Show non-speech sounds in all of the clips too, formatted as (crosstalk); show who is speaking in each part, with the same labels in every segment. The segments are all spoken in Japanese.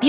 Speaker 1: 美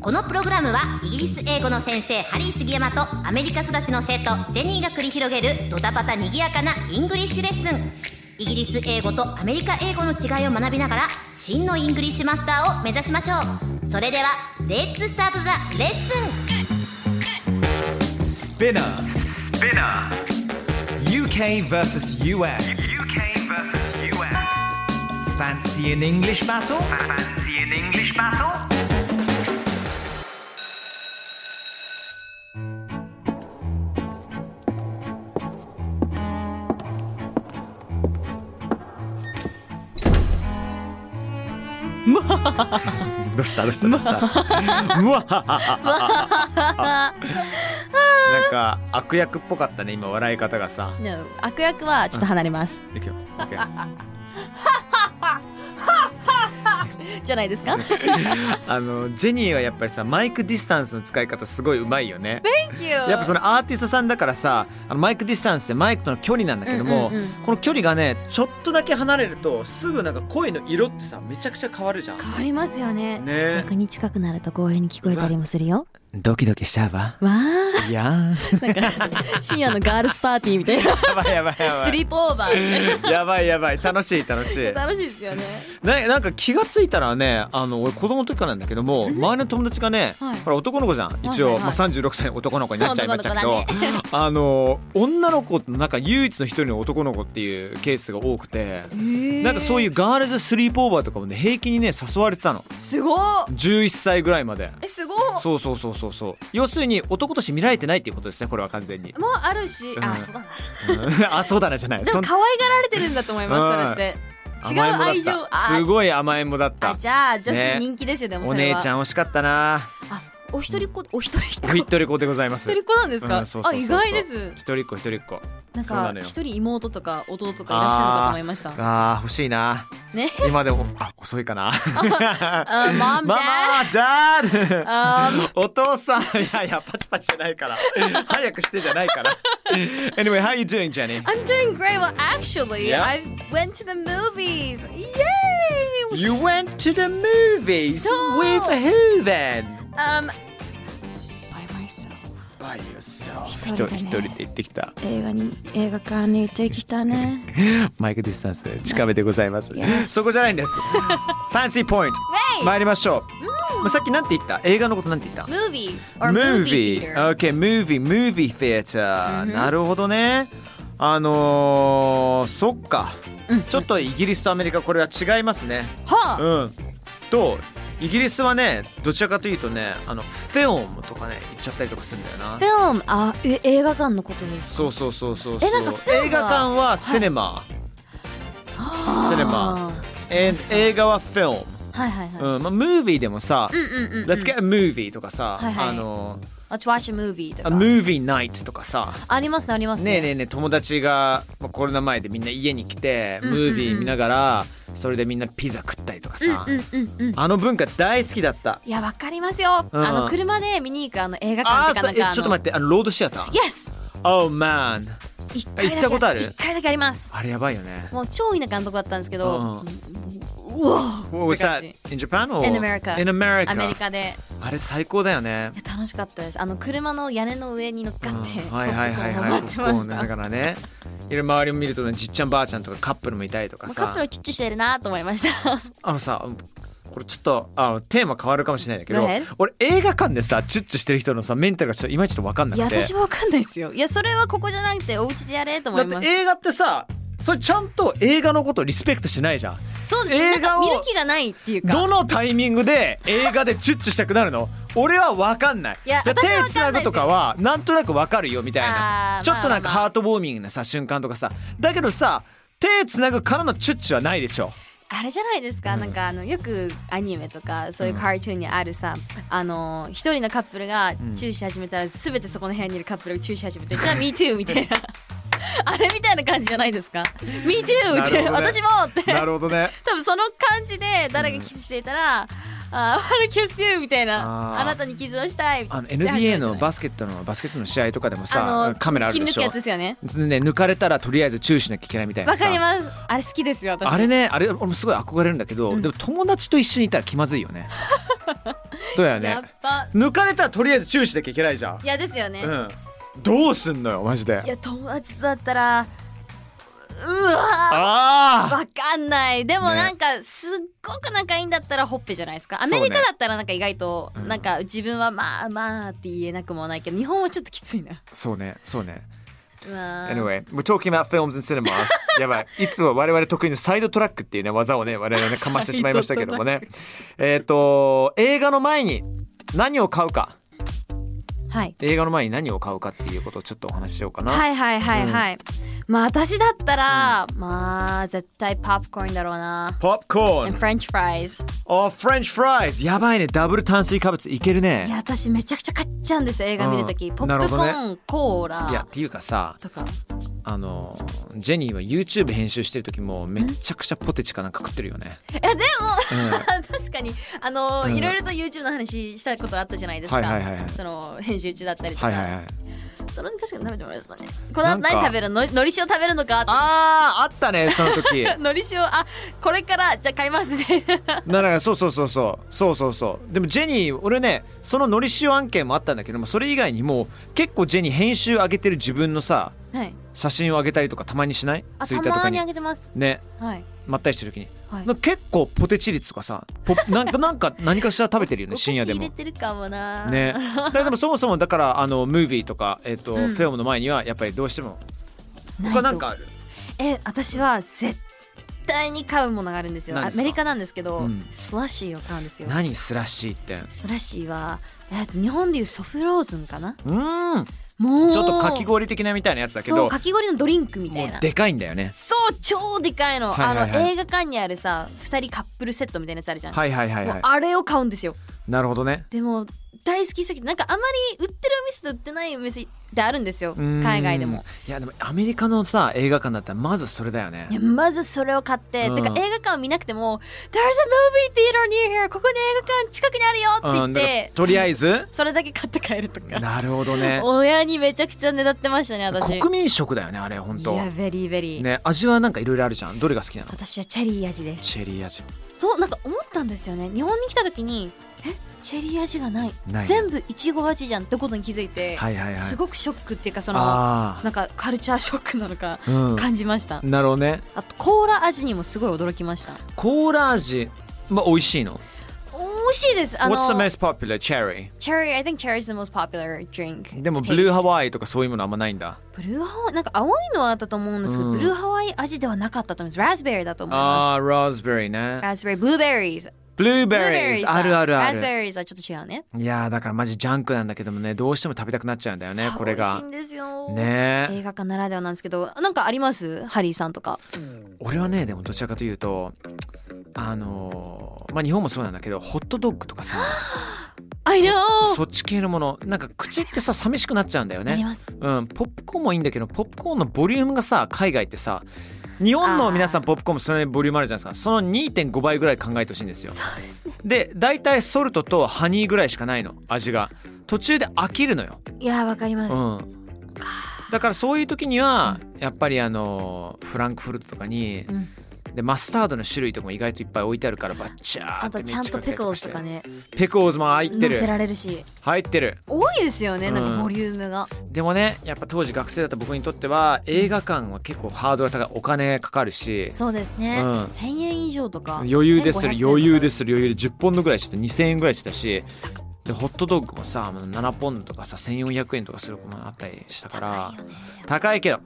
Speaker 2: このプログラムはイギリス英語の先生ハリー杉山とアメリカ育ちの生徒ジェニーが繰り広げるドタパタにぎやかなイングリッシュレッスンイギリス英語とアメリカ英語の違いを学びながら真のイングリッシュマスターを目指しましょうそれではレッツスタートザレッスン
Speaker 3: Spinner. Spinner. UK versus US.
Speaker 4: UK versus US.
Speaker 3: Fancy an English (laughs) battle?
Speaker 4: Fancy an English battle?
Speaker 3: Dosta, dosta, (laughs)
Speaker 5: (laughs)
Speaker 3: dosta. うわはははなんか悪役っぽかったね、今笑い方がさ。
Speaker 5: No 悪役はちょっと離れます、
Speaker 3: いくよ。OK
Speaker 5: (laughs) じゃないですか Thank
Speaker 3: あの、ジェニーはやっぱりさ、マイクディスタンスの使い方すごい上手いよね。
Speaker 5: you
Speaker 3: やっぱそのアーティストさんだからさあのマイクディスタンスってマイクとの距離なんだけども、
Speaker 5: うんうんうん
Speaker 3: この距離がねちょっとだけ離れるとすぐなんか声の色ってさめちゃくちゃ変わるじゃん。
Speaker 5: 変わりますよね
Speaker 3: ね
Speaker 5: 逆に近くなると公園に聞こえたりもするよ
Speaker 3: ドキドキしちゃうわ。
Speaker 5: わあ
Speaker 3: いやー
Speaker 5: なんか深夜のガールズパーティーみたいな
Speaker 3: (laughs) やばいやばい (laughs) やば
Speaker 5: ス
Speaker 3: い。
Speaker 5: リープオーバーみた
Speaker 3: (laughs)
Speaker 5: い
Speaker 3: やばいやばい楽しい楽しい
Speaker 5: な楽しいですよね
Speaker 3: ななんか気がついたらねあの俺子供の時からなんだけども周りの友達がね、
Speaker 5: はい
Speaker 3: ほら男の子じゃん一
Speaker 5: は
Speaker 3: 応、
Speaker 5: いはい
Speaker 3: まあ、36歳の男の子になっちゃいましたけど、
Speaker 5: 男の (laughs)
Speaker 3: あの女の子の中唯一の一人の男の子っていうケースが多くてなんかそういううガールズスリープオーバーとかもね平気にね誘われてたの
Speaker 5: すごっ
Speaker 3: 11歳ぐらいまで
Speaker 5: えすごっ
Speaker 3: そうそうそうそうそう要するに男として見られてないっていうことですねこれは完全
Speaker 5: (laughs)
Speaker 3: に
Speaker 5: もうあるし、
Speaker 3: うん
Speaker 5: あそうだな
Speaker 3: あそうだなじゃない
Speaker 5: で
Speaker 3: そ
Speaker 5: も
Speaker 3: ん
Speaker 5: 可愛がられてるんだと思います、
Speaker 3: うん
Speaker 5: それって違う
Speaker 3: 甘えん坊だった
Speaker 5: 愛情あ
Speaker 3: すごい甘えん坊だっ
Speaker 5: あ
Speaker 3: た
Speaker 5: じゃあ女
Speaker 3: ね
Speaker 5: 子人気ですよ、でも
Speaker 3: お
Speaker 5: それ
Speaker 3: 姉
Speaker 5: は
Speaker 3: ちゃん惜しかったな
Speaker 5: お一人っ子お一人っ
Speaker 3: お
Speaker 5: 子
Speaker 3: 一人っ子でございま
Speaker 5: 一
Speaker 3: す
Speaker 5: 人っ子なんですか、
Speaker 3: うんそうそうそうそう
Speaker 5: あ意外です
Speaker 3: 一人っ子一人っ子
Speaker 5: なん
Speaker 3: そうな
Speaker 5: か
Speaker 3: のよ
Speaker 5: 一人妹とか弟とかいらっしゃるかと思いました。あ
Speaker 3: あー欲しいな、
Speaker 5: ね (laughs)
Speaker 3: 今でもあ遅いかな
Speaker 5: ー、 (laughs) マ
Speaker 3: ママダー
Speaker 5: あ
Speaker 3: お父さんいやいやパチパチじゃないから早くしてじゃないから Anyway how you doing Jenny?
Speaker 5: I'm doing great. Well, actually,
Speaker 3: Yeah.
Speaker 5: I went to the movies. Yay!
Speaker 3: You went to the movies
Speaker 5: そう
Speaker 3: with who then?
Speaker 5: um by myself.
Speaker 3: By yourself
Speaker 6: 一人でね
Speaker 3: 一人で行ってきた
Speaker 6: 映画に映画館に行ってきたね。
Speaker 3: マイクディスタンス近めでございます
Speaker 6: Yes
Speaker 3: そこじゃ
Speaker 5: (laughs)
Speaker 3: ないんです Fancy point 参りましょう、まあさっきなんて言った映画のことなんて言った
Speaker 5: Movies or movie theater.
Speaker 3: Okay, movie, movie theater. なるほどね。あのー、そっか、ちょっとイギリスとアメリカこれは違いますね。
Speaker 5: はあ、
Speaker 3: うん。とイギリスはねどちらかというとねあのフィルムとかね言っちゃったりとかするんだよな。
Speaker 5: film あえ映画館のことです
Speaker 3: そうそうそうそうそう。
Speaker 5: えなんかフィルムは
Speaker 3: 映画館はシネマ。シネマ。え映画はフィルム。
Speaker 5: はいはいはい。
Speaker 3: うんまあ、ムービーでもさ、
Speaker 5: うんうんうんうん。
Speaker 3: Let's get a movie とかさ、
Speaker 5: はいはい
Speaker 3: あの
Speaker 5: Let's watch a movie と
Speaker 3: a
Speaker 5: か。
Speaker 3: movie night とかさ、
Speaker 5: ありますねあります
Speaker 3: ね
Speaker 5: ね。
Speaker 3: えねえねえ友達がまあコロナ前でみんな家に来て、
Speaker 5: うん
Speaker 3: ムービー見ながらそれでみんなピザ食ったりとかさ、
Speaker 5: うんうんうんうん。
Speaker 3: あの文化大好きだった
Speaker 5: いやわかりますよ。
Speaker 3: うん
Speaker 5: あの車で見に行くあの映画
Speaker 3: あ
Speaker 5: 館
Speaker 3: あ
Speaker 5: と
Speaker 3: さ
Speaker 5: かな
Speaker 3: え
Speaker 5: ん
Speaker 3: ちょ
Speaker 5: かあの。
Speaker 3: っと待ってあのロードシアター
Speaker 5: Yes。
Speaker 3: Oh man
Speaker 5: 一回だけ
Speaker 3: 行ったことある
Speaker 5: 一回だけあります
Speaker 3: あれやばいよね
Speaker 5: もう超田舎のとこだったんですけど、
Speaker 3: うん
Speaker 5: うわ
Speaker 3: Was
Speaker 5: っ
Speaker 3: that
Speaker 5: て感じ
Speaker 3: in Japan or
Speaker 5: In America.
Speaker 3: In America
Speaker 5: アメリカで
Speaker 3: あれ最高だよね
Speaker 5: いや楽しかったですあの車の屋根の上に乗っかって、
Speaker 3: うんはいはいはい
Speaker 5: (laughs)
Speaker 3: はい
Speaker 5: ポップコーンを持ってま
Speaker 3: だ
Speaker 5: した
Speaker 3: からねいろいろ周りを見るとねじっちゃんばあちゃんとかカップルもいたりとか
Speaker 5: もうカッ
Speaker 3: さ
Speaker 5: プルチュッチュしてるなと思いました
Speaker 3: あのさこれちょっとあのテーマ変わるかもしれないんだけど
Speaker 5: Go ahead
Speaker 3: 俺映画館でさチュッチュしてる人のさメンタルがちょっといまいちちょっと分かんないく
Speaker 5: や
Speaker 3: て
Speaker 5: 私もわかんないですよいやそれはここじゃなくてお家でやれと思い
Speaker 3: だ
Speaker 5: ま
Speaker 3: って
Speaker 5: す
Speaker 3: 映画ってさそれちゃんと映画のことをリスペクトしてないじゃん
Speaker 5: そうですな
Speaker 3: 映
Speaker 5: ん
Speaker 3: 画
Speaker 5: か
Speaker 3: を
Speaker 5: 見る気がないっていうか
Speaker 3: どのタイミングで映画でチュッチュしたくなるの俺は分かんない
Speaker 5: いや
Speaker 3: で
Speaker 5: 私は
Speaker 3: 手
Speaker 5: 分
Speaker 3: つ
Speaker 5: か
Speaker 3: なん
Speaker 5: な
Speaker 3: ぐ
Speaker 5: い
Speaker 3: とかはなんとなく分かるよみたいな
Speaker 5: あー
Speaker 3: ちょっとなんか
Speaker 5: まあまあ (laughs)
Speaker 3: ハートウォーミングなさ瞬間とかさだけどさ手つなぐからのチュッチュはないでしょ
Speaker 5: あれじゃないですか、
Speaker 3: うん
Speaker 5: なんかあのよくアニメとかそういうカートゥーンにあるさ、あの一人のカップルが
Speaker 3: ん
Speaker 5: チューし始めたら、すべてそこの部屋にいるカップルがチューし始めて、じゃあ Me too み
Speaker 3: (laughs)
Speaker 5: たいなあれみたいな感じじゃないですか Me too
Speaker 3: な
Speaker 5: っ
Speaker 3: る
Speaker 5: て、
Speaker 3: ほどね
Speaker 5: 私もって
Speaker 3: なるほどね
Speaker 5: 多分その感じで誰がキスしていたら、あー、I wanna kiss you みたいな
Speaker 3: あー
Speaker 5: あなたにキスをしたいみたい
Speaker 3: あの
Speaker 5: なで始め
Speaker 3: NBA
Speaker 5: るじゃな
Speaker 3: の
Speaker 5: い
Speaker 3: バスケットのバスケットの試合とかでも
Speaker 5: あ
Speaker 3: さ
Speaker 5: の
Speaker 3: カメラある
Speaker 5: 切
Speaker 3: で
Speaker 5: り抜
Speaker 3: し
Speaker 5: く
Speaker 3: ょ
Speaker 5: やつですよね
Speaker 3: でね抜かれたらとりあえず注意しなきゃいけないみたいな
Speaker 5: わ
Speaker 3: さ
Speaker 5: かりますあれ好きですよ私
Speaker 3: あれねあれ俺もすごい憧れるんだけど、でも友達と一緒にいたら気まずいよ
Speaker 5: (laughs)
Speaker 3: ねそうや
Speaker 5: や
Speaker 3: ね
Speaker 5: っぱ
Speaker 3: 抜かれたらとりあえず注意しなきゃいけないじゃん
Speaker 5: いやですよね、
Speaker 3: うんどうすんのよマジで
Speaker 5: いや友達とだったらうわー
Speaker 3: ああ
Speaker 5: わかんないでも
Speaker 3: ね
Speaker 5: なんかすっごく仲いいんだったらほっぺじゃないですかアメリ
Speaker 3: そ
Speaker 5: カ
Speaker 3: うね
Speaker 5: だったらなんか意外と
Speaker 3: うん
Speaker 5: なんか自分はまあまあって言えなくもないけど日本はちょっときついな
Speaker 3: そうねそうね
Speaker 5: うわー
Speaker 3: Anyway we're talking about films and
Speaker 5: (laughs)
Speaker 3: cinemas やばいいつも我々得意のサイドトラックっていうね技をね我々ねかましてしまいましたけどもねえっと映画の前に何を買うか
Speaker 5: はい
Speaker 3: 映画の前に何を買うかっていうことをちょっとお話ししようかな、
Speaker 5: はいはいはいはい、まあ私だったら、まあ絶対ポップコーンだろうな
Speaker 3: ポップコーン
Speaker 5: フレンチフライズ
Speaker 3: Oh, French fries! やばいね、ダブル炭水化物いけるね。
Speaker 5: いや私めちゃくちゃ買っちゃうんですよ映画見るとき、
Speaker 3: うん
Speaker 5: ポップコ
Speaker 3: なる
Speaker 5: ーン、コー
Speaker 3: いやっ
Speaker 5: ラ
Speaker 3: ていうかさ、
Speaker 5: とか
Speaker 3: あのジェニーは YouTube 編集してる時もめちゃくちゃポテチかなんか食ってるよ (laughs) ね。
Speaker 5: いやでも
Speaker 3: うん、
Speaker 5: (laughs) 確かにあの、
Speaker 3: うん
Speaker 5: いろいろと YouTube の話したことあったじゃないですか、
Speaker 3: はいはいはいはい
Speaker 5: その編集中だったりとか、
Speaker 3: はいはいはい。
Speaker 5: その確かに食べてもらいましたねこの
Speaker 3: な
Speaker 5: 後
Speaker 3: んか
Speaker 5: 何食べるのののり塩食べるのかって
Speaker 3: あーあったねその時。
Speaker 5: (laughs) のり塩あこれからじゃあ買いますね
Speaker 3: (laughs) ならそうそうそうそうそうそうそう。でもジェニー俺ねそののり塩案件もあったんだけどもそれ以外にも結構ジェニー編集上げてる自分のさ
Speaker 5: はい
Speaker 3: 写真を上げたりとかたまにしない？
Speaker 5: あ
Speaker 3: ツ
Speaker 5: た
Speaker 3: イッターと
Speaker 5: ま
Speaker 3: か
Speaker 5: に
Speaker 3: に
Speaker 5: あ。げてます
Speaker 3: ね
Speaker 5: はい
Speaker 3: まったりしてる時に。
Speaker 5: はい
Speaker 3: なんか結構ポテチ率とかさポ (laughs) なんかなんか何かしら食べてるよね
Speaker 5: お菓子
Speaker 3: 深夜で
Speaker 5: 入
Speaker 3: も
Speaker 5: れ。てるかもな、
Speaker 3: ね、だからでもそもそもだからあのムービーとか、えっと
Speaker 5: うん
Speaker 3: フィルムの前にはやっぱりどうしても
Speaker 5: ないと
Speaker 3: 他なんかある
Speaker 5: え私は絶対に買うものがあるんですよ
Speaker 3: 何で
Speaker 5: ア
Speaker 3: すか
Speaker 5: メリカなんですけど、
Speaker 3: うん
Speaker 5: スラッシーを買うんですよ
Speaker 3: 何スラッシーって
Speaker 5: スラッシーはえっと日本でいうソフローズンかな
Speaker 3: うーんち
Speaker 5: も
Speaker 3: ょ
Speaker 5: う
Speaker 3: っとかき氷的なみたいなやつだけ
Speaker 5: そう
Speaker 3: ど
Speaker 5: かき氷のドリンクみた
Speaker 3: も
Speaker 5: いな
Speaker 3: うでかいんだよね
Speaker 5: そう超でかいの、
Speaker 3: はいはいはい
Speaker 5: あの映画館にあるさ2人カップルセットみたいなやつあるじゃん、
Speaker 3: はいはいはい
Speaker 5: も
Speaker 3: は
Speaker 5: う
Speaker 3: い
Speaker 5: あれを買うんですよ
Speaker 3: なるほどね
Speaker 5: でも大好きすぎてなんかあまり売ってるお店と売ってないお店ってあるんですよ
Speaker 3: うーん
Speaker 5: 海外でも
Speaker 3: いやでもアメリカのさ映画館だったらまずそれだよね
Speaker 5: いやまずそれを買って、
Speaker 3: うん
Speaker 5: てか映画館を見なくても「There's a movie theater near here ここに映画館近くにあるよ」って言
Speaker 3: う
Speaker 5: っ
Speaker 3: んだから
Speaker 5: て
Speaker 3: とりあえず
Speaker 5: それだけ買って帰るとか
Speaker 3: なるほどね
Speaker 5: 親にめちゃくちゃねだってましたね私
Speaker 3: 国民食だよねあれ本
Speaker 5: い
Speaker 3: 当
Speaker 5: やベリーベリー、
Speaker 3: ね味はなんかいろいろあるじゃんどれが好きなの
Speaker 5: 私はチェリー味です
Speaker 3: チェリー味
Speaker 5: そうなんか思ったんですよね日本に来た時にえチェリー味がない
Speaker 3: ない
Speaker 5: 全部いちご味じゃんってことに気づいて、
Speaker 3: はいはいはい
Speaker 5: すごくショックっていうかその
Speaker 3: あ
Speaker 5: なんかカルチャーショックなのか
Speaker 3: あうん
Speaker 5: 感じました、
Speaker 3: なるほどね
Speaker 5: あとコーラ味にもすごい驚きました
Speaker 3: コーラ味まあ美味しいの
Speaker 5: 美味しいですあの
Speaker 3: What's the most popular? Cherry
Speaker 5: チェリー I think cherry is the most popular drink
Speaker 3: でもブルーハ
Speaker 5: イ
Speaker 3: ワイとかそういうものあんまないんだ
Speaker 5: ブルーハワイなんか青いのはあったと思うんですけど、
Speaker 3: うん
Speaker 5: ブルーハワイ味ではなかったと思いますラズベリーだと思いま
Speaker 3: ああラズベリー
Speaker 5: す
Speaker 3: ね
Speaker 5: ラズベリーブルーベリーズ
Speaker 3: ブルー
Speaker 5: ブ
Speaker 3: ベ
Speaker 5: ルーベ
Speaker 3: リ
Speaker 5: リー
Speaker 3: ー
Speaker 5: ズ
Speaker 3: あるあるあ
Speaker 5: ラズベ
Speaker 3: る
Speaker 5: リーズはちょっと違うね
Speaker 3: いやーだからマジジャンクなんだけどもねどうしても食べたくなっちゃうんだよね
Speaker 5: そう
Speaker 3: これ
Speaker 5: 美味し
Speaker 3: が
Speaker 5: いんですよ
Speaker 3: ね
Speaker 5: 映画館ならではなんですけどなんかありますハリーさんとか
Speaker 3: 俺はねでもどちらかというとあのーまあ日本もそうなんだけどホットドッグとかさ
Speaker 5: I know
Speaker 3: そっち系のものなんか口ってさ寂しくなっちゃうんだよ
Speaker 5: あり
Speaker 3: ね
Speaker 5: ます
Speaker 3: うんポップコーンもいいんだけどポップコーンのボリュームがさ海外ってさ日本の皆さんポップコーンもそれなりにボリュームあるじゃないですかその2.5倍ぐらい考えてほしいんですよ
Speaker 5: そうですね
Speaker 3: で大体ソルトとハニーぐらいしかないの味が途中で飽きるのよ、
Speaker 5: いやわかります、
Speaker 3: うん、だからそういう時にはやっぱりあのフランクフルトとかに、
Speaker 5: うん
Speaker 3: でマスタードの種類とかも意外といっぱい置いてあるからバッチャー
Speaker 5: あ
Speaker 3: って
Speaker 5: と
Speaker 3: めっ
Speaker 5: ちゃんと
Speaker 3: かけ
Speaker 5: ペ
Speaker 3: たり
Speaker 5: コーズ
Speaker 3: して
Speaker 5: とかね
Speaker 3: ペコーズも入って
Speaker 5: 乗せ
Speaker 3: る
Speaker 5: られるし
Speaker 3: 入ってる
Speaker 5: 多いですよねなん
Speaker 3: うん
Speaker 5: かボリュームが、
Speaker 3: でもねやっぱ当時学生だった僕にとっては映画館は結構ハードルが高いお金かかるし
Speaker 5: そうですね、
Speaker 3: うん
Speaker 5: 1000円以上とか
Speaker 3: 余裕でする
Speaker 5: 1500
Speaker 3: 余裕
Speaker 5: とか
Speaker 3: でする余裕で10ポンドぐらいして2000円ぐらいしたしでホットドッグもさもう7ポンドとかさ1400円とかすることもあったりしたから
Speaker 5: 高いよね
Speaker 3: 高いけど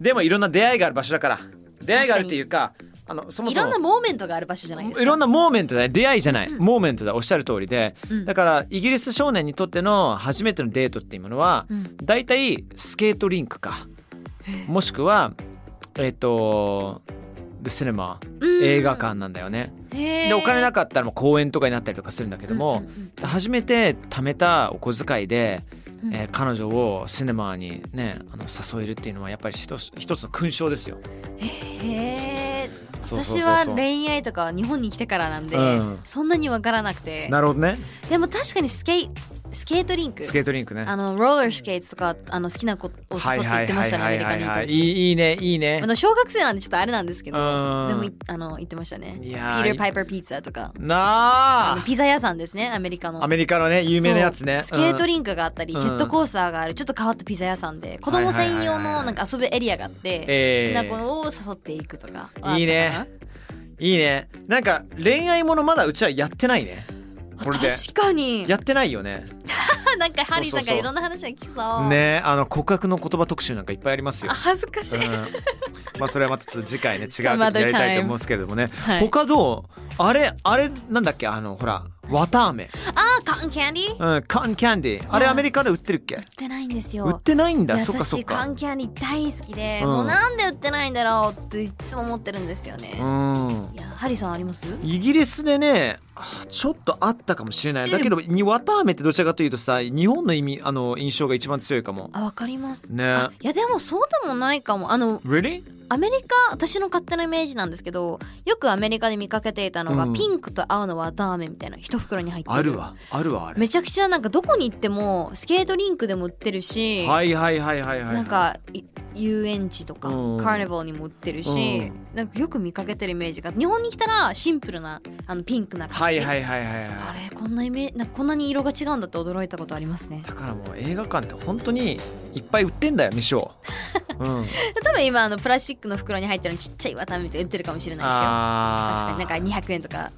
Speaker 3: でもいろんな出会いがある場所だから出会いがあるっていうかあのそも
Speaker 5: い
Speaker 3: そも
Speaker 5: ろんなモーメントがある場所じゃないですか
Speaker 3: いろんなモーメントだね出会いじゃない、モーメントだおっしゃる通りで、
Speaker 5: うん
Speaker 3: だからイギリス少年にとっての初めてのデートっていうものは、
Speaker 5: うん
Speaker 3: だいたいスケートリンクかもしくはえっ、と the cinema
Speaker 5: うん
Speaker 3: 映画館なんだよね。
Speaker 5: へー
Speaker 3: でお金なかったらもう公演とかになったりとかするんだけども、
Speaker 5: うんうん
Speaker 3: で初めて貯めたお小遣いで、
Speaker 5: うん
Speaker 3: えー彼女をシネマにねあの誘えるっていうのはやっぱり一つ一つの勲章ですよ。
Speaker 5: うんへー
Speaker 3: そうそうそう
Speaker 5: 私
Speaker 3: そう
Speaker 5: は恋愛とかは日本に来てからなんで、
Speaker 3: うん
Speaker 5: そんなにわからなくて
Speaker 3: なるほどね
Speaker 5: でも確かにスケイスケートリンク
Speaker 3: スケートリンクね。
Speaker 5: あのローラースケートとかあの好きな子を誘って行ってましたねアメリカにいた
Speaker 3: はいい
Speaker 5: 時
Speaker 3: いいねいいね。
Speaker 5: あの小学生なんでちょっとあれなんですけ
Speaker 3: で
Speaker 5: ど、でもいあの行ってましたね
Speaker 3: い
Speaker 5: ピ
Speaker 3: やー
Speaker 5: ーター・パイパー・ピッツァとかあ
Speaker 3: なあ
Speaker 5: のピザ屋さんですねアメリカの
Speaker 3: アメリカのね有名なやつね。
Speaker 5: そうスケート
Speaker 3: ン
Speaker 5: リンクがあったり、
Speaker 3: うん
Speaker 5: ジェットコースターがあるちょっと変わったピザ屋さんで子供専用
Speaker 3: はいはいはいは
Speaker 5: の
Speaker 3: い
Speaker 5: なんか遊ぶエリアがあって、
Speaker 3: ええ
Speaker 5: 好きな子を誘っていくとか
Speaker 3: いいねクいいね。なんか恋愛ものまだうちはやってないね。
Speaker 5: あ
Speaker 3: こ
Speaker 5: っ
Speaker 3: れで
Speaker 5: たかな確かに
Speaker 3: やってないよね。
Speaker 5: なんかハリー
Speaker 3: そ
Speaker 5: さん
Speaker 3: うそう
Speaker 5: か
Speaker 3: そう
Speaker 5: らいろんな話が聞きそう
Speaker 3: ねあの告白の言葉特集なんかいっぱいありますよ
Speaker 5: あ。恥ずかし
Speaker 3: う
Speaker 5: い、
Speaker 3: んまあそれはまたちょっと次
Speaker 5: (laughs)
Speaker 3: 回ね違う時
Speaker 5: Some other
Speaker 3: にやりたいと思うんですけれどもね、
Speaker 5: はい、
Speaker 3: 他どうあれあれなんだっけあのほら綿飴
Speaker 5: あーカッンキャンディー売っ
Speaker 3: うんカンキャンディーあれ
Speaker 5: あー
Speaker 3: アメリカで売ってるっけ
Speaker 5: てないんですよ
Speaker 3: 売ってないんだ
Speaker 5: いや
Speaker 3: そっかそっ
Speaker 5: 私カ
Speaker 3: か
Speaker 5: ンキャンディー大好きで、
Speaker 3: うん
Speaker 5: もうなんで売ってないんだろうっていつも思ってるんですよね、
Speaker 3: うん
Speaker 5: いやハリーさんあります
Speaker 3: イギリスでねあちょっとあったかもしれないだけどに綿飴ってどちらかというとさ日本の意味あの印象が一番強いかも
Speaker 5: あわかります
Speaker 3: ね
Speaker 5: あいやでもそうでもないかもあの
Speaker 3: Really?
Speaker 5: アメリカ私の勝手なイメージなんですけどよくアメリカで見かけていたのが、
Speaker 3: うん
Speaker 5: ピンクと青の綿飴みたいな一袋に入ってる
Speaker 3: あるわあるわあれ
Speaker 5: めちゃくちゃなんかどこに行ってもスケートリンクでも売ってるし、
Speaker 3: はいはいはいはいはいはい
Speaker 5: なんかい遊園地とか、
Speaker 3: うん
Speaker 5: カーニバルにも売ってるし、なんかよく見かけてるイメージが日本に来たらシンプルなあのピンクな
Speaker 3: は
Speaker 5: 感じ、
Speaker 3: いはいはいはいはい
Speaker 5: あれこんなイメなんかこんなに色が違うんだって驚いたことありますね (laughs)
Speaker 3: だからもう映画館って本当にいっぱい売ってんだよ未章、
Speaker 5: (laughs)
Speaker 3: うん、
Speaker 5: 例えば今あのプラスチックの袋に入ってるのちっちゃい綿飴みたいなの売ってるかもしれないですよ
Speaker 3: あ
Speaker 5: 確かになんか200円とか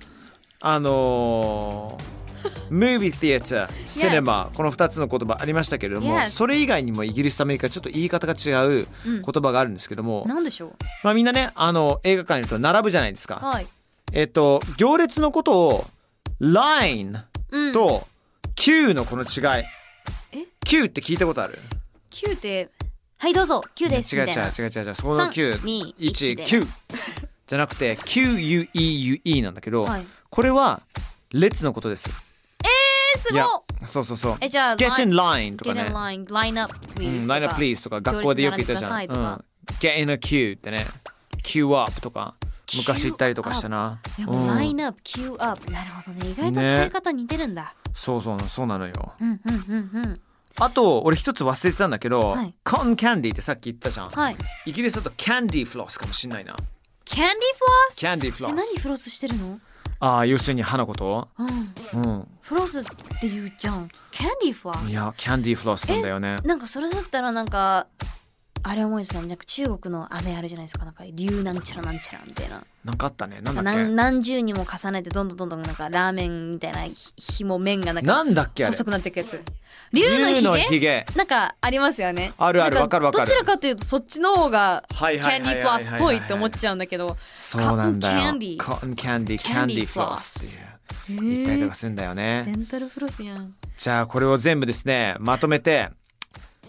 Speaker 3: あのー、ムービー・ティエ
Speaker 5: (laughs)
Speaker 3: ター、シネマ、この2つの言葉ありましたけれども、
Speaker 5: Yes.
Speaker 3: それ以外にもイギリスとアメリカちょっと言い方が違う
Speaker 5: うん
Speaker 3: 言葉があるんですけども、
Speaker 5: なんでしょう
Speaker 3: まあみんなね、あの映画館にいると並ぶじゃないですか。
Speaker 5: はい、
Speaker 3: えっと、行列のことを line
Speaker 5: うん、
Speaker 3: と queue のこの違い
Speaker 5: え。
Speaker 3: queue って聞いたことある
Speaker 5: Q ってはいどうぞ Q です
Speaker 3: 違う違
Speaker 5: み
Speaker 3: う
Speaker 5: たいな
Speaker 3: 違う違う違う。そこの q
Speaker 5: 2 1
Speaker 3: 1
Speaker 5: で
Speaker 3: q じゃなくて QUEUE なんだけど、
Speaker 5: はいえ
Speaker 3: これは列のことです。
Speaker 5: ー、す
Speaker 3: いや
Speaker 5: ごっ
Speaker 3: そうそうそう。
Speaker 5: えじゃあ
Speaker 3: Get in line と
Speaker 5: Get
Speaker 3: か
Speaker 5: in
Speaker 3: ね。
Speaker 5: line line up
Speaker 3: うん
Speaker 5: please とか
Speaker 3: Line up please とか学校でよく言ったじゃん。
Speaker 5: 行列並んでくださいとか
Speaker 3: うん Get in a queue ってね。Queue up とか
Speaker 5: Queue
Speaker 3: 昔言ったりとかしたな。
Speaker 5: いや
Speaker 3: う
Speaker 5: も
Speaker 3: ん
Speaker 5: う line up queue up なるほどね意外と使い方似てるんだ、
Speaker 3: そうそうそうなのよ。
Speaker 5: うんうんうんうん
Speaker 3: あと俺一つ忘れてたんだけど
Speaker 5: はい、
Speaker 3: コーンキャンディーってさっき言ったじゃん。
Speaker 5: はい
Speaker 3: イギリスだとキャンディーフロスかもしんないな。
Speaker 5: キャンディーフ
Speaker 3: キャンディーフ
Speaker 5: ロスえ
Speaker 3: ロ
Speaker 5: 何
Speaker 3: ス。
Speaker 5: フロスしてるの
Speaker 3: ああ要するに歯のこと。
Speaker 5: うん
Speaker 3: うん。
Speaker 5: フロスって言うじゃんキャンディーフロ
Speaker 3: い
Speaker 5: ス
Speaker 3: やキャンディーフロスなんだよね。
Speaker 5: なんかそれだったらなんかあれ思い出したなんか中国の飴あるじゃないですかなんか竜なんちゃらなんちゃらみたいな
Speaker 3: なんかあったね。なんだっ
Speaker 5: 何
Speaker 3: け。
Speaker 5: 何十にも重ねてどんどんどんどんなんかラーメンみたいなひひも麺がなんか
Speaker 3: なんだっけあれ
Speaker 5: 細。くなっていくやつ竜のひ
Speaker 3: 竜の
Speaker 5: げ
Speaker 3: ひげ。
Speaker 5: なんかありますよね
Speaker 3: あるある
Speaker 5: なん
Speaker 3: わかるわかる
Speaker 5: どちらかというとそっちの方がキ
Speaker 3: はいは
Speaker 5: ャ
Speaker 3: い
Speaker 5: ン
Speaker 3: は
Speaker 5: デ
Speaker 3: い
Speaker 5: ィ
Speaker 3: はい
Speaker 5: ー
Speaker 3: はい
Speaker 5: フラスっぽいって思っちゃうんだけど
Speaker 3: そうなんだよ。
Speaker 5: Cotton candy
Speaker 3: コーンキャンディー、キャンディーフロスっていう。言ったりとかするんだよ
Speaker 5: デ
Speaker 3: ね。
Speaker 5: ンタルフロスやん
Speaker 3: じゃあこれを全部ですね、まとめて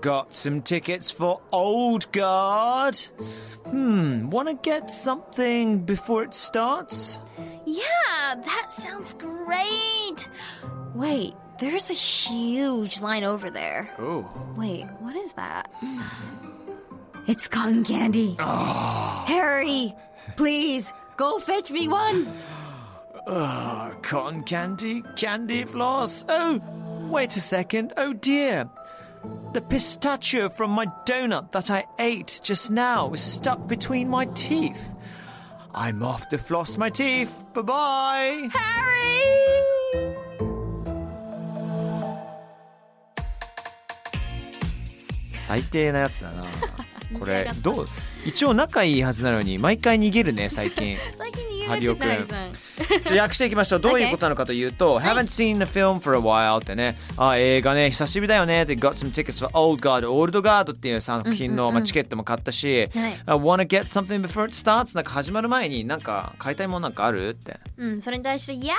Speaker 3: got some tickets for Old Guard. Hmm, want to get something before it starts?
Speaker 5: Yeah, that sounds great. Wait, there's a huge line over there.
Speaker 3: Oh.
Speaker 5: Wait, what is that? It's cotton candy. Harry, please go fetch me one.
Speaker 3: Uh, cotton candy, candy floss. Oh, wait a second. Oh dear. The pistachio from my donut that I ate just now is stuck between my teeth. I'm off to floss my teeth. Bye bye.
Speaker 5: Harry!
Speaker 3: 最低なやつだ
Speaker 5: (laughs)
Speaker 3: な。これどう一応仲いいはずなのに毎回逃げるね最近。
Speaker 5: (laughs) 最近逃げ
Speaker 3: ハリオくん。ちょっと訳していきまし (laughs) ょう。どういうことなのかというと、Haven't seen the film for a while ってね、あ映画ね、久しぶりだよねって、Got some tickets for Old God、Old God っていう作品の、まあ、チケットも買ったし、I wanna get something before it starts なんか始まる前になんか買いたいもんなんかあるって。
Speaker 5: うん、それに対して、Yeah!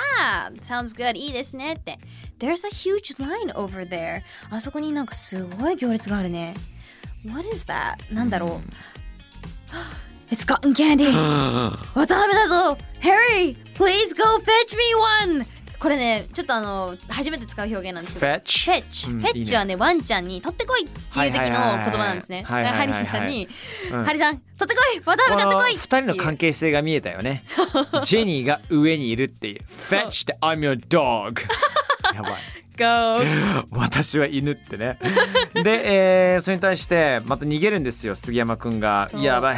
Speaker 5: Sounds good! いいですねって。There's a huge line over there. あそこになんかすごい行列があるね。What is that? なんだろう ?It's
Speaker 3: (gasps)
Speaker 5: cotton candy! 渡辺だぞ !Harry! Please go fetch me one! これね、ちょっとあの、初めて使う表現なんですけど。フ
Speaker 3: Fetch?
Speaker 5: ェッチ、
Speaker 3: うん
Speaker 5: フェッチはねワンちゃんに取ってこいっていう時の言葉なんですね。だか
Speaker 3: はい
Speaker 5: ら
Speaker 3: は
Speaker 5: ハ
Speaker 3: い
Speaker 5: リ
Speaker 3: はいはい
Speaker 5: ーさんに、
Speaker 3: うん
Speaker 5: ハリーさん取ってこい、渡
Speaker 3: こ
Speaker 5: 辺
Speaker 3: の
Speaker 5: 買ってこい
Speaker 3: 2人の関係性が見えたよね。ジェニーが上にいるっていう。Fetch って I'm your (laughs) dog! やばい。
Speaker 5: Go
Speaker 3: (laughs) 私は犬って
Speaker 5: (laughs)
Speaker 3: ねで、えーそれに対してまた逃げるんですよ杉山くんが
Speaker 5: そう
Speaker 3: やばい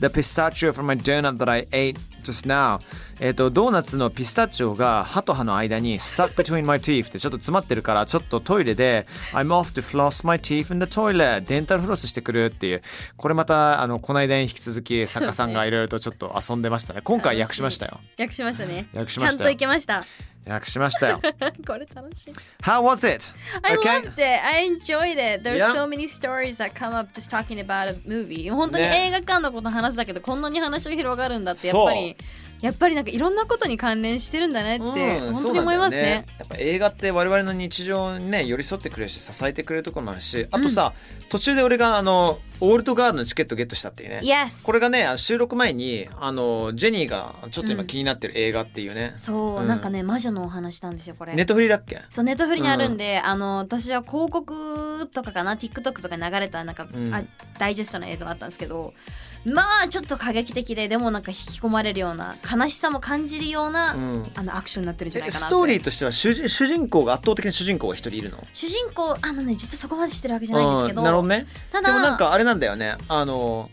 Speaker 3: The pistachio from my donut that I ate just now えっ、とドーナツのピスタチオが歯と歯の間に stuck between my teeth ってちょっと詰まってるからちょっとトイレで I'm off to floss my teeth in the toilet デンタルフロスしてくるっていうこれまたあのこの間に引き続き作家さんがいろいろとちょっと遊んでましたね今回訳しましたよ
Speaker 5: 訳しましたね。
Speaker 3: 訳し
Speaker 5: ち
Speaker 3: ま
Speaker 5: ゃ
Speaker 3: し
Speaker 5: ん
Speaker 3: た
Speaker 5: と
Speaker 3: よ
Speaker 5: いけ
Speaker 3: (laughs)
Speaker 5: ました。
Speaker 3: 訳しました
Speaker 5: (laughs)
Speaker 3: よ
Speaker 5: これ楽しい。
Speaker 3: How was it?
Speaker 5: I
Speaker 3: Okay.
Speaker 5: loved it. I enjoyed it. There's
Speaker 3: Yeah.
Speaker 5: so many stories that come up just talking about a movie. 本当に
Speaker 3: ね
Speaker 5: 映画館のこと話だけど、こんなに話が広がるんだってや
Speaker 3: そ
Speaker 5: っ
Speaker 3: う
Speaker 5: ぱり。やっぱりなんかいろんなことに関連してるんだねって、
Speaker 3: うん
Speaker 5: 本当に思います
Speaker 3: そうなんだよ
Speaker 5: ね。
Speaker 3: やっぱ映画って我々の日常にね寄り添ってくれるし支えてくれるところもあるしあとさ、途中で俺があのオールドガードのチケットゲットしたっていうね
Speaker 5: Yes
Speaker 3: これがねあの収録前にあのジェニーがちょっと今気になってる映画っていうね、
Speaker 5: そう、
Speaker 3: うん
Speaker 5: なんかね魔女のお話なんですよこれ。
Speaker 3: ネットフリだっけ
Speaker 5: そうネットフリにあるんで、あの私は広告とかかな TikTok とかに流れたなんか、
Speaker 3: うん
Speaker 5: あダイジェストの映像があったんですけどまあちょっと過激的ででもなんか引き込まれるような悲しさも感じるような、
Speaker 3: うん
Speaker 5: あのアクションになってるんじゃな
Speaker 3: え
Speaker 5: いかな
Speaker 3: ス
Speaker 5: って
Speaker 3: トーリーとしては主人主人公が圧倒的な主人公が一人いるの
Speaker 5: 主人公あのね実はそこまでしてるわけじゃないんですけど,、
Speaker 3: うんなるほどね
Speaker 5: た
Speaker 3: で
Speaker 5: だ
Speaker 3: もなんかあれなんだよねあの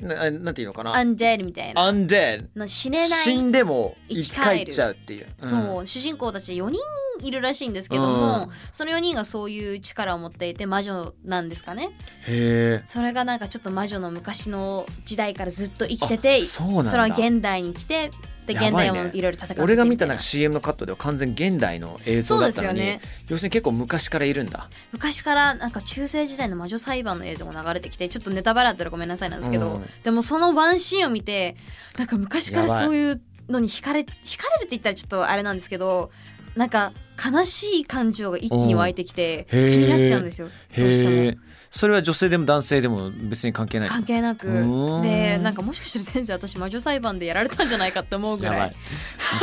Speaker 3: ななんていうのか
Speaker 5: ア
Speaker 3: な
Speaker 5: ンデルみたいな
Speaker 3: アンデ
Speaker 5: の死
Speaker 3: ッ
Speaker 5: ねない
Speaker 3: 死んでも生
Speaker 5: 生
Speaker 3: き
Speaker 5: き返
Speaker 3: 返
Speaker 5: る
Speaker 3: っちゃうっていう、うん
Speaker 5: そう主人公たち4人いるらしいんですけども、その4人がそういう力を持っていて魔女なんですかね
Speaker 3: へえ
Speaker 5: それがなんかちょっと魔女の昔の時代からずっと生きてて
Speaker 3: あそうなんだ
Speaker 5: それは現代に来てで
Speaker 3: や
Speaker 5: 現
Speaker 3: ば
Speaker 5: 代
Speaker 3: いね
Speaker 5: もいろいろ戦ってて
Speaker 3: 俺が見た
Speaker 5: み
Speaker 3: ないんか CM のカットでは完全現代の映像だったのに、
Speaker 5: そうですよね
Speaker 3: 要するに結構昔からいるんだ
Speaker 5: 昔からなんか中世時代の魔女裁判の映像も流れてきてちょっとネタバレだったらごめんなさいなんですけど、
Speaker 3: うん
Speaker 5: でもそのワンシーンを見てなんか昔から
Speaker 3: やばい
Speaker 5: そういうのに惹かれ惹かれるって言ったらちょっとあれなんですけどなんか悲しい感情が一気に湧いてきて気
Speaker 3: うんへー
Speaker 5: になっちゃうんですよどうして
Speaker 3: え
Speaker 5: も
Speaker 3: それは女性でも男性でも別に関係ない
Speaker 5: 関係なく
Speaker 3: うん
Speaker 5: でなんかもしかしたら先生私魔女裁判でやられたんじゃないかって思うぐ
Speaker 3: や
Speaker 5: ら
Speaker 3: ば
Speaker 5: い
Speaker 3: い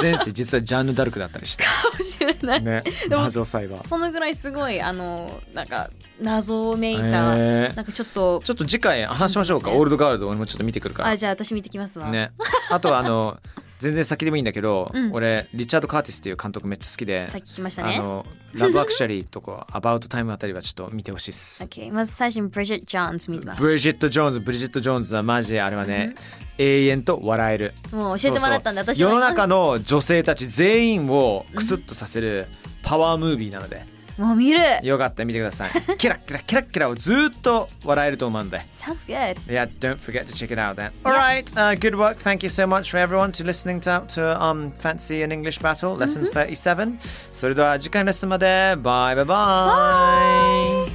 Speaker 3: 前世実はジャンヌ・ダルクだったりして
Speaker 5: かもしれない。
Speaker 3: ね
Speaker 5: でも
Speaker 3: 魔女裁判
Speaker 5: そのぐらいすごいあのなんか謎をめいた、
Speaker 3: へえ
Speaker 5: なんかちょっと
Speaker 3: ちょっと次回話しましょうか、
Speaker 5: そうですね
Speaker 3: オールドガールド俺もちょっと見てくるか
Speaker 5: あ
Speaker 3: ら
Speaker 5: じゃあ私見てきますわ、
Speaker 3: ねあとはあの全然先でもいいんだけど、
Speaker 5: うん
Speaker 3: 俺リチャード・カーティスっていう監督めっちゃ好きで
Speaker 5: さっき聞きました
Speaker 3: あ
Speaker 5: ね
Speaker 3: のラブ・アクシャリーとかアバウト・タイムあたりはちょっと見てほしいっす
Speaker 5: OK まず最初にブリジット・ジョーンズ見てます
Speaker 3: ブリジット・ジョーンズブリジット・ジョーンズはマジであれはね、永遠と笑える
Speaker 5: もう教えてもらったんで
Speaker 3: そう
Speaker 5: 私
Speaker 3: そう
Speaker 5: も
Speaker 3: 世の
Speaker 5: 今
Speaker 3: 中の女性たち全員をクスッとさせるパワームービーなので、
Speaker 5: もう見る
Speaker 3: よかったら見てくださいキラッキラキラッキラをずーっと笑えると思うんで
Speaker 5: Sounds good
Speaker 3: Yeah, don't forget to check it out then. All right, uh, good work. Thank you so much for everyone to listening to, to um, Fancy an English Battle, Lesson uh, 37. それでは次回のレッスンまで。バイバイバイ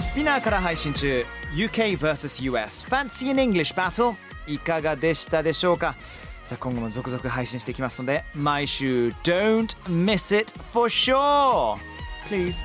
Speaker 3: スピナーから配信中、UK vs.US Fancy an English Battle いかがでしたでしょうかさあ今後も続々配信していきますので、毎週 Don't miss it for sure! Please.